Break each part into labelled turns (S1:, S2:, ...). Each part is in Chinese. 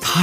S1: 他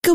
S2: 各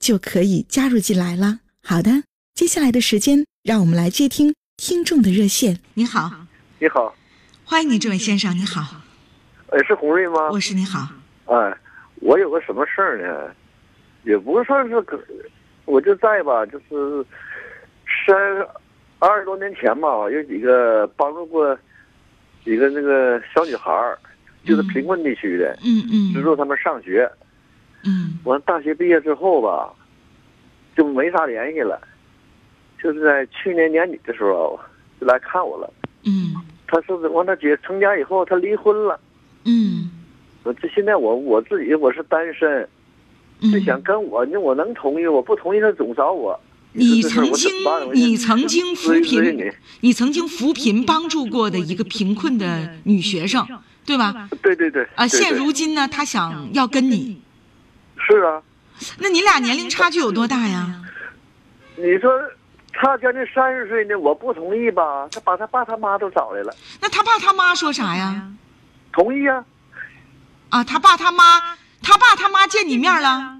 S2: 就可以加入进来了。好的，接下来的时间，让我们来接听听众的热线。您好，
S3: 你好，
S2: 欢迎您，这位先生，您好，
S3: 呃，是洪瑞吗？
S2: 我是您好，
S3: 哎，我有个什么事儿呢？也不算是个，我就在吧，就是三二十多年前吧，有几个帮助过几个那个小女孩儿，就是贫困地区的，
S2: 嗯
S3: 资
S2: 嗯
S3: 助他们上学。
S2: 嗯
S3: 完大学毕业之后吧，就没啥联系了。就是在去年年底的时候就来看我了。
S2: 嗯
S3: 她是完，她姐成家以后，她离婚了。
S2: 嗯
S3: 我这现在我我自己我是单身，
S2: 嗯
S3: 就想跟我，那我能同意，我不同意他总找我。
S4: 你
S3: 说这事儿
S4: 曾
S3: 我怎
S4: 经
S3: 么办我，
S4: 你曾经扶
S3: 追追
S4: 贫
S3: 你，
S4: 你曾经扶贫帮助过的一个贫困的女学生，对吧？
S3: 对对对
S4: 啊，
S3: 对
S4: 现
S3: 对
S4: 如今呢，她想要跟你，
S3: 是啊，
S4: 那你俩
S5: 大
S4: 年
S5: 年
S4: 龄
S5: 龄
S4: 差
S5: 差
S4: 距
S5: 距
S4: 有
S5: 有
S4: 多
S5: 多
S4: 大
S5: 大
S4: 呀
S5: 呀？？
S3: 你说他将近三十岁呢，我不同意吧？他把他爸他妈都找来了，
S4: 那他爸他妈说啥
S5: 啥
S4: 呀？
S5: 呀？
S3: 同意啊，
S4: 啊，他爸他妈，他爸他妈见你
S5: 见
S4: 面
S5: 面
S4: 了，
S5: 了，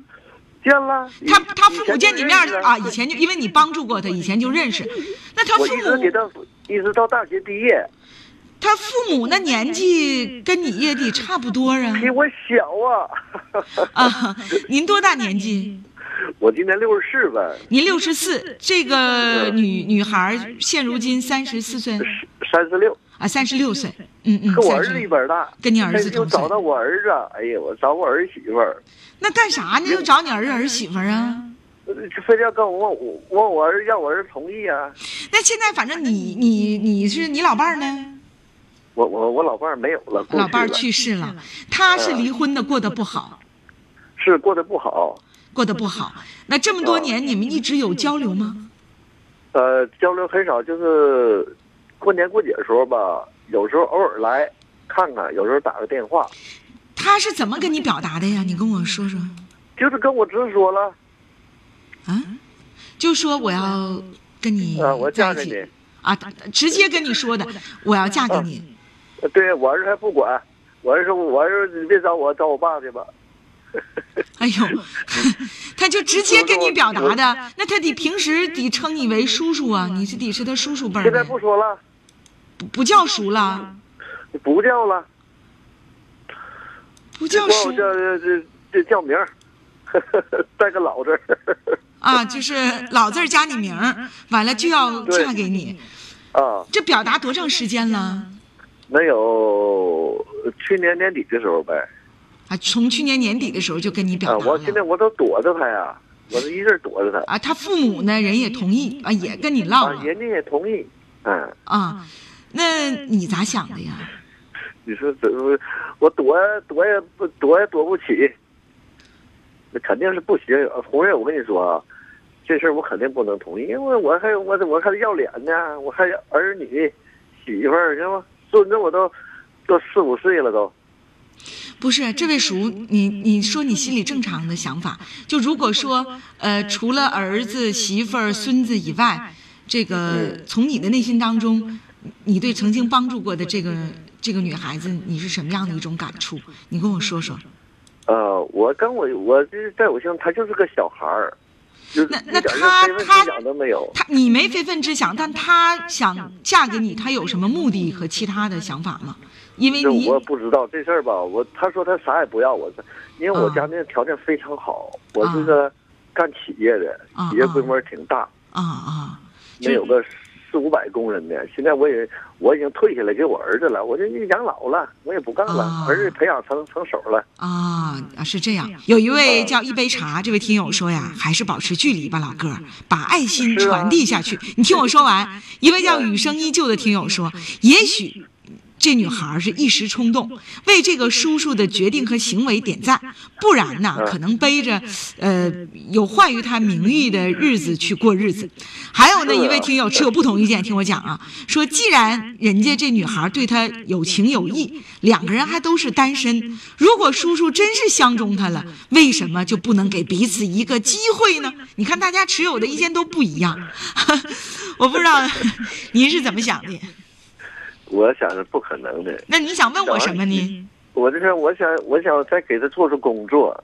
S3: 见了。以
S4: 他
S3: 前
S4: 他父母见你
S3: 以前就
S4: 面
S3: 认识
S4: 儿
S3: 了
S4: 啊，以前就因为你帮助过他，以前就认识。那他
S3: 我
S4: 父
S3: 一直给
S4: 母，
S3: 他，一直到大学毕业，
S4: 他父母那年纪跟你也得差不多啊
S3: 比我小啊，
S4: 啊！您多大
S5: 大年
S4: 年纪？
S5: 纪，
S3: 我今年六十四吧，
S4: 您六十四，这个
S3: 嗯
S4: 女女孩儿现如今三十四岁
S3: 三十六，
S4: 啊，三十六岁
S5: 36岁，
S4: 嗯嗯，
S3: 跟我儿
S4: 36
S3: 子一边大。
S4: 跟你儿子
S3: 但又
S4: 同岁
S3: 找到我儿子，哎呀，我找我儿媳妇儿。
S4: 那干啥呢？又找你儿子儿
S5: 儿
S4: 媳
S5: 媳
S4: 妇
S5: 妇
S4: 儿啊？
S5: 啊，
S3: 非得要跟我问我问我儿子，让我儿子同意啊。
S4: 那现在反正你你你是你老伴儿呢？
S3: 我我我老伴儿没有了，过
S4: 老伴儿
S3: 了
S4: 去世
S5: 去
S4: 了
S5: 了，
S4: 他是离婚的，过得不好，
S3: 是过得不好，
S4: 过得不好。那这么多年你们一直有
S5: 有
S4: 交
S5: 交
S4: 流
S5: 流
S4: 吗？
S5: 吗？
S3: 呃，交流很少，就是过年过节的时候吧，有时候偶尔来看看，有时候打个电话，
S4: 他是怎么跟你表达的呀？你跟我说说
S3: 就是跟我直说了，
S4: 啊，就说我要跟你
S3: 啊、我
S4: 嗯
S3: 嫁
S4: 在一
S3: 给
S4: 起
S3: 你，
S4: 啊，直接跟你说的，我要嫁给你。
S3: 呃对我儿子还不管，我儿子说我儿子你别找我，找我爸去吧，
S4: 哎呦， 他就直接跟你表达的，
S3: 嗯
S4: 那他得平时得称你为叔叔啊，你是得是他叔叔辈儿
S3: 现在
S4: 的，
S3: 不说了，
S4: 不不叫叔了，
S3: 不叫了，
S4: 不叫
S3: 管
S4: 叔
S3: 我叫这这叫名儿，带个老字儿
S4: 啊，就是老字儿加你名儿，完了就要
S3: 对
S4: 嫁给你，
S3: 啊，
S4: 这表达多长时间了
S3: 能有去年年底的时候呗，
S4: 啊？从去年年底的时候就跟你
S3: 啊，
S4: 表达
S3: 我现在
S4: 了
S3: 我都躲着他呀，我是一直躲着他。
S4: 啊，他父母呢人也同意啊，也跟你唠
S3: 啊，
S4: 了
S3: 人家也同意。嗯，
S4: 啊，那你咋想的呀？
S3: 你说怎么？我躲呀躲也不躲也躲不起，那肯定是不行。呃红瑞，我跟你说啊，这事儿我肯定不能同意，因为我还我我还要脸呢，我还儿女、媳妇儿，行吗？孙子我都都四五岁了都。
S4: 不是，这位叔，你你说你心里正常的想法，就啊如果说，呃，除了儿子、媳妇儿、孙子以外，这个
S3: 嗯
S4: 从你的内心当中，你对曾经帮助过的这个这个女孩子，你是什么样的一种感触？你跟我说说。
S3: 呃，我跟我我这在我心中他就是个小孩儿，就是
S4: 那
S3: 一
S4: 那
S3: 点儿
S4: 他
S3: 非分
S4: 他
S3: 之想都没有。
S4: 她，你没非分之想，但她想嫁给你，她有什么目的和其他的想法吗？因为
S3: 这
S4: 你
S3: 我不知道这事儿吧，我他说他啥也不要我，因为我
S4: 啊
S3: 家那条件非常好，我
S4: 啊
S3: 这个干企业的，
S4: 啊
S3: 企业规模挺大，
S4: 啊啊，就
S3: 能有个四五百工人的。现在我也我已经退下来给我儿子了，我这养老了，我也不干了，
S4: 啊
S3: 儿子培养成成手了。
S4: 啊啊，是这样。有一位叫一杯茶这位听友说呀，还是保持距离吧，老哥儿，把爱心
S3: 是啊
S4: 传递下去。你听我说完。一位叫雨声依旧的听友说，也许。这女孩儿是一时冲动，为这个叔叔的决定和行为点赞，不然呢，
S3: 嗯
S4: 可能背着，呃，有坏于她名誉的日子去过日子。还有呢，
S3: 是啊
S4: 哎一位听友持有不同意见，听我讲啊，说既然人家这女孩对他有情有义，两个人还都是单身，如果叔叔真是相中她了，为什么就不能给彼此一个机会呢？你看大家持有的意见都不一样，我不知道 您是怎么想的？
S3: 我想是不可能的。
S4: 那你想问我什么呢？
S5: 您
S3: 我这是我想，我想再给他做做工作。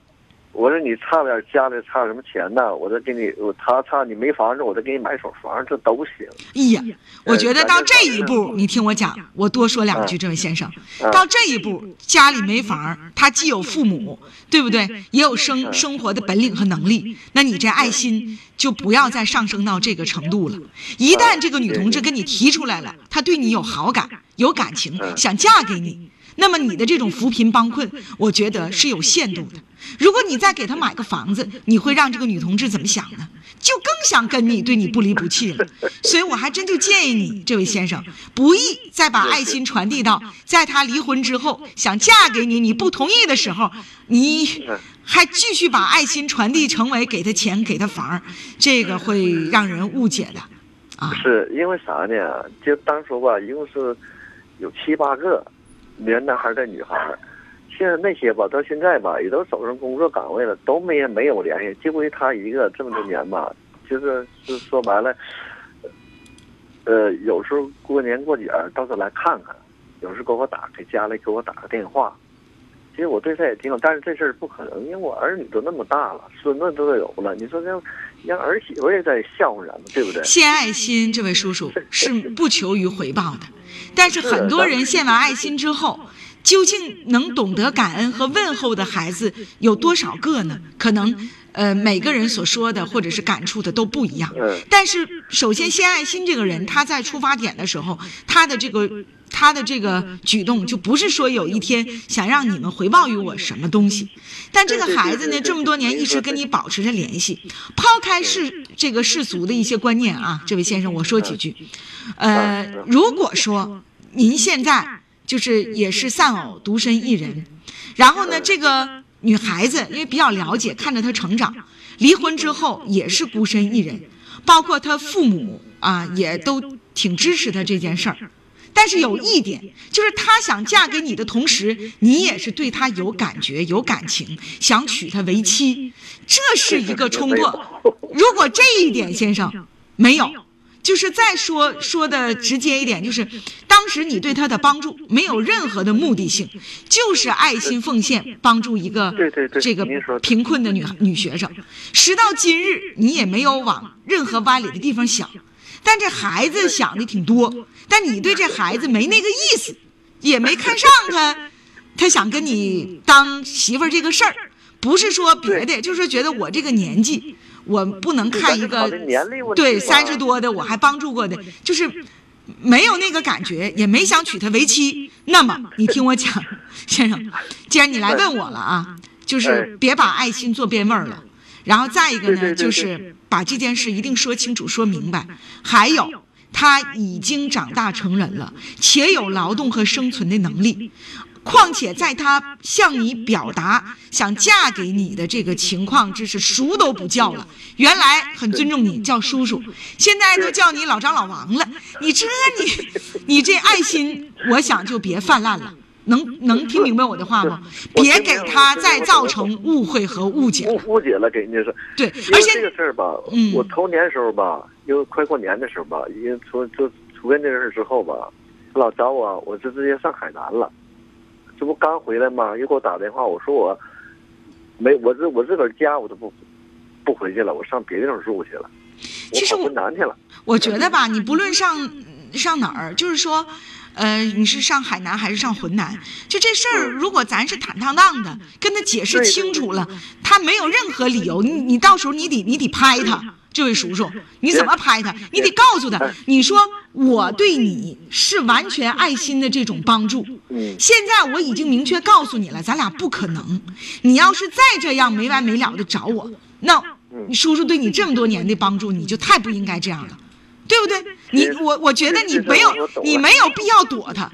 S3: 我说你差点家里差什么钱呢？我再给你，我他差你没房子，我再给你买手房，这都行。
S4: 哎呀，我觉得到这一步，你听我讲，我多说两句，
S3: 嗯
S4: 这位先生。到这一步，家里没房儿，他既有父母，对不对？也有
S3: 嗯
S4: 生生活的本领和能力。那你这爱心就不要再上升到这个程度了。一旦这个女同志跟你提出来了，她对你有好感、有感情，想嫁给你，那么你的这种扶贫帮困，我觉得是有限度的。如果你再给她买个房子，你会让这个女同志怎么想呢？就更想跟你对你不离不弃了。所以我还真就建议你，这位先生，不宜再把爱心传递到在她离婚之后想嫁给你，你不同意的时候，你还继续把爱心传递成为给她钱、给她房儿，这个会让人误解的。啊，
S3: 是因为啥呢？就当初吧，一共是有七八个连男孩带女孩儿，现在那些吧，到现在吧，也都走上工作岗位了，都没没有联系，就为他一个这么多年吧，就是就是说白了，呃，有时候过年过节儿到这来看看，有时候给我打给家里给我打个电话。其实我对他也挺好，但是这事儿不可能，因为我儿女都那么大了，孙子都有了，你说这让儿媳妇也在孝顺咱们，对不对？
S4: 献爱心，这位叔叔是不求于回报的，但是很多人献完爱心之后，究竟能懂得感恩和问候的孩子有多少个呢？可能，呃，每个人所说的或者是感触的都不一样。
S3: 嗯。
S4: 但是，首先，献爱心这个人，他在出发点的时候，他的这个他的这个举动，就不是说有一天想让你们回报于我什么东西。但这个孩子呢，这么多年一直跟你保持着联系。抛开世这个世俗的一些观念啊，这位先生，我说几句。呃，如果说您现在就是也是丧偶独身一人，然后呢，这个女孩子因为比较了解，看着她成长，离婚之后也是孤身一人，包括她父母啊也都挺支持她这件事儿。但是有一点，就是她想嫁给你的同时，你也是对她有感觉、有感情，想娶她为妻，这是一个冲破。 如果这一点，先生没有，就是再说说的直接一点，就是当时你对他的帮助没有任何的目的性，就是爱心奉献帮助一个
S3: 对对对
S4: 这个
S3: 您说的
S4: 贫困的女女学生。时到今日，你也没有往任何歪理的地方想，但这孩子想的挺多，但你对这孩子没那个意思，也没看上他，他想跟你当媳妇儿这个事儿，不是说别的，就是觉得我这个年纪。我不能看一
S3: 咱
S4: 个
S3: 们考虑年龄问题
S4: 对
S3: 吧
S4: 三十多的，我还帮助过的，就是没有那个感觉，也没想娶她为妻。那么你听我 讲，先生，既然你来问我了啊，就是
S3: 哎
S4: 别把爱心做变味儿了。然后再一个
S3: 对
S4: 呢，
S3: 对对
S4: 就
S3: 对
S4: 是把这件事一定说清楚、说明白。还有，他已经长大成人了，且有劳动和生存的能力。况且，在他向你表达想嫁给你的这个情况之时，叔都不叫了。原来很尊重你，叫叔叔，现在都叫你老张、老王了。你这你你这爱心，我想就别泛滥了。能能听明白我的话吗？
S3: 我
S4: 别
S3: 听
S4: 给
S3: 明白
S4: 他
S3: 我听
S4: 再
S3: 明白
S4: 造
S3: 我
S4: 成误会和误解
S3: 误。误解了，给人家是。
S4: 对，
S3: 因
S4: 而
S3: 为
S4: 且
S3: 这个事儿吧，
S4: 嗯
S3: 我头年时候吧，因为快过年的时候吧，因为出就出现这事儿之后吧，他老找我，我就直接上海南了。这不刚回来吗？又给我打电话，我说我没我自我自个儿家我都不不回去了，我上别地方住去了，
S4: 其实
S3: 我
S4: 我
S3: 跑云南去了。
S4: 我觉得吧，你不论上上哪儿，就是说，呃，你是上海南还是上浑南？就这事
S3: 嗯
S4: 儿，如果咱是坦荡荡的跟他解释清楚了，他没有任何理由，你你到时候你得你得拍他。这位叔叔，你怎么拍他？你得告诉他，你说我对你是完全爱心的这种帮助。
S3: 嗯
S4: 现在我已经明确告诉你了，咱俩不可能。你要是再这样没完没了的找我，那叔叔对你这么多年的帮助，你就太不应该这样了，对不对？你我我觉得你没有你没有必要躲他，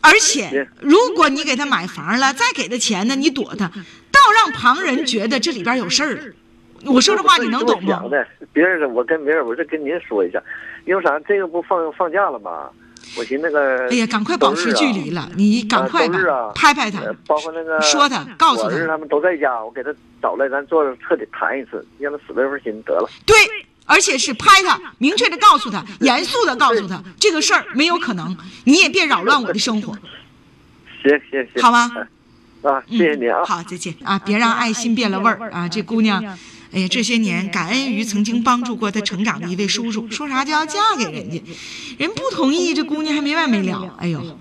S4: 而且如果你给他买房了，再给他钱呢，你躲他，倒让旁人觉得这里边有事儿了。我说这话你能懂吗？
S3: 的，别人的我跟别人，我是跟您说一下，因为啥？这个不放放假了吗？我寻那个，
S4: 哎呀，赶快保持距离了，啊、你赶快吧，
S3: 啊、
S4: 拍拍他，
S3: 包括那个
S4: 说他，告诉
S3: 他，他们都在家，我给他找来，咱坐着彻底谈一次，让他死这份心得了。
S4: 对，而且是拍他，明确的告诉他，严肃的告诉他，这个事儿没有可能，你也别扰乱我的生活。
S3: 行行行，
S4: 好吧，
S3: 啊，谢谢你啊，嗯、
S4: 好，再见啊，别让爱心变了味儿啊，这姑娘。哎呀，这些年感恩于曾经帮助过她成长的一位叔叔，说啥就要嫁给人家，人不同意，这姑娘还没完没了。哎呦！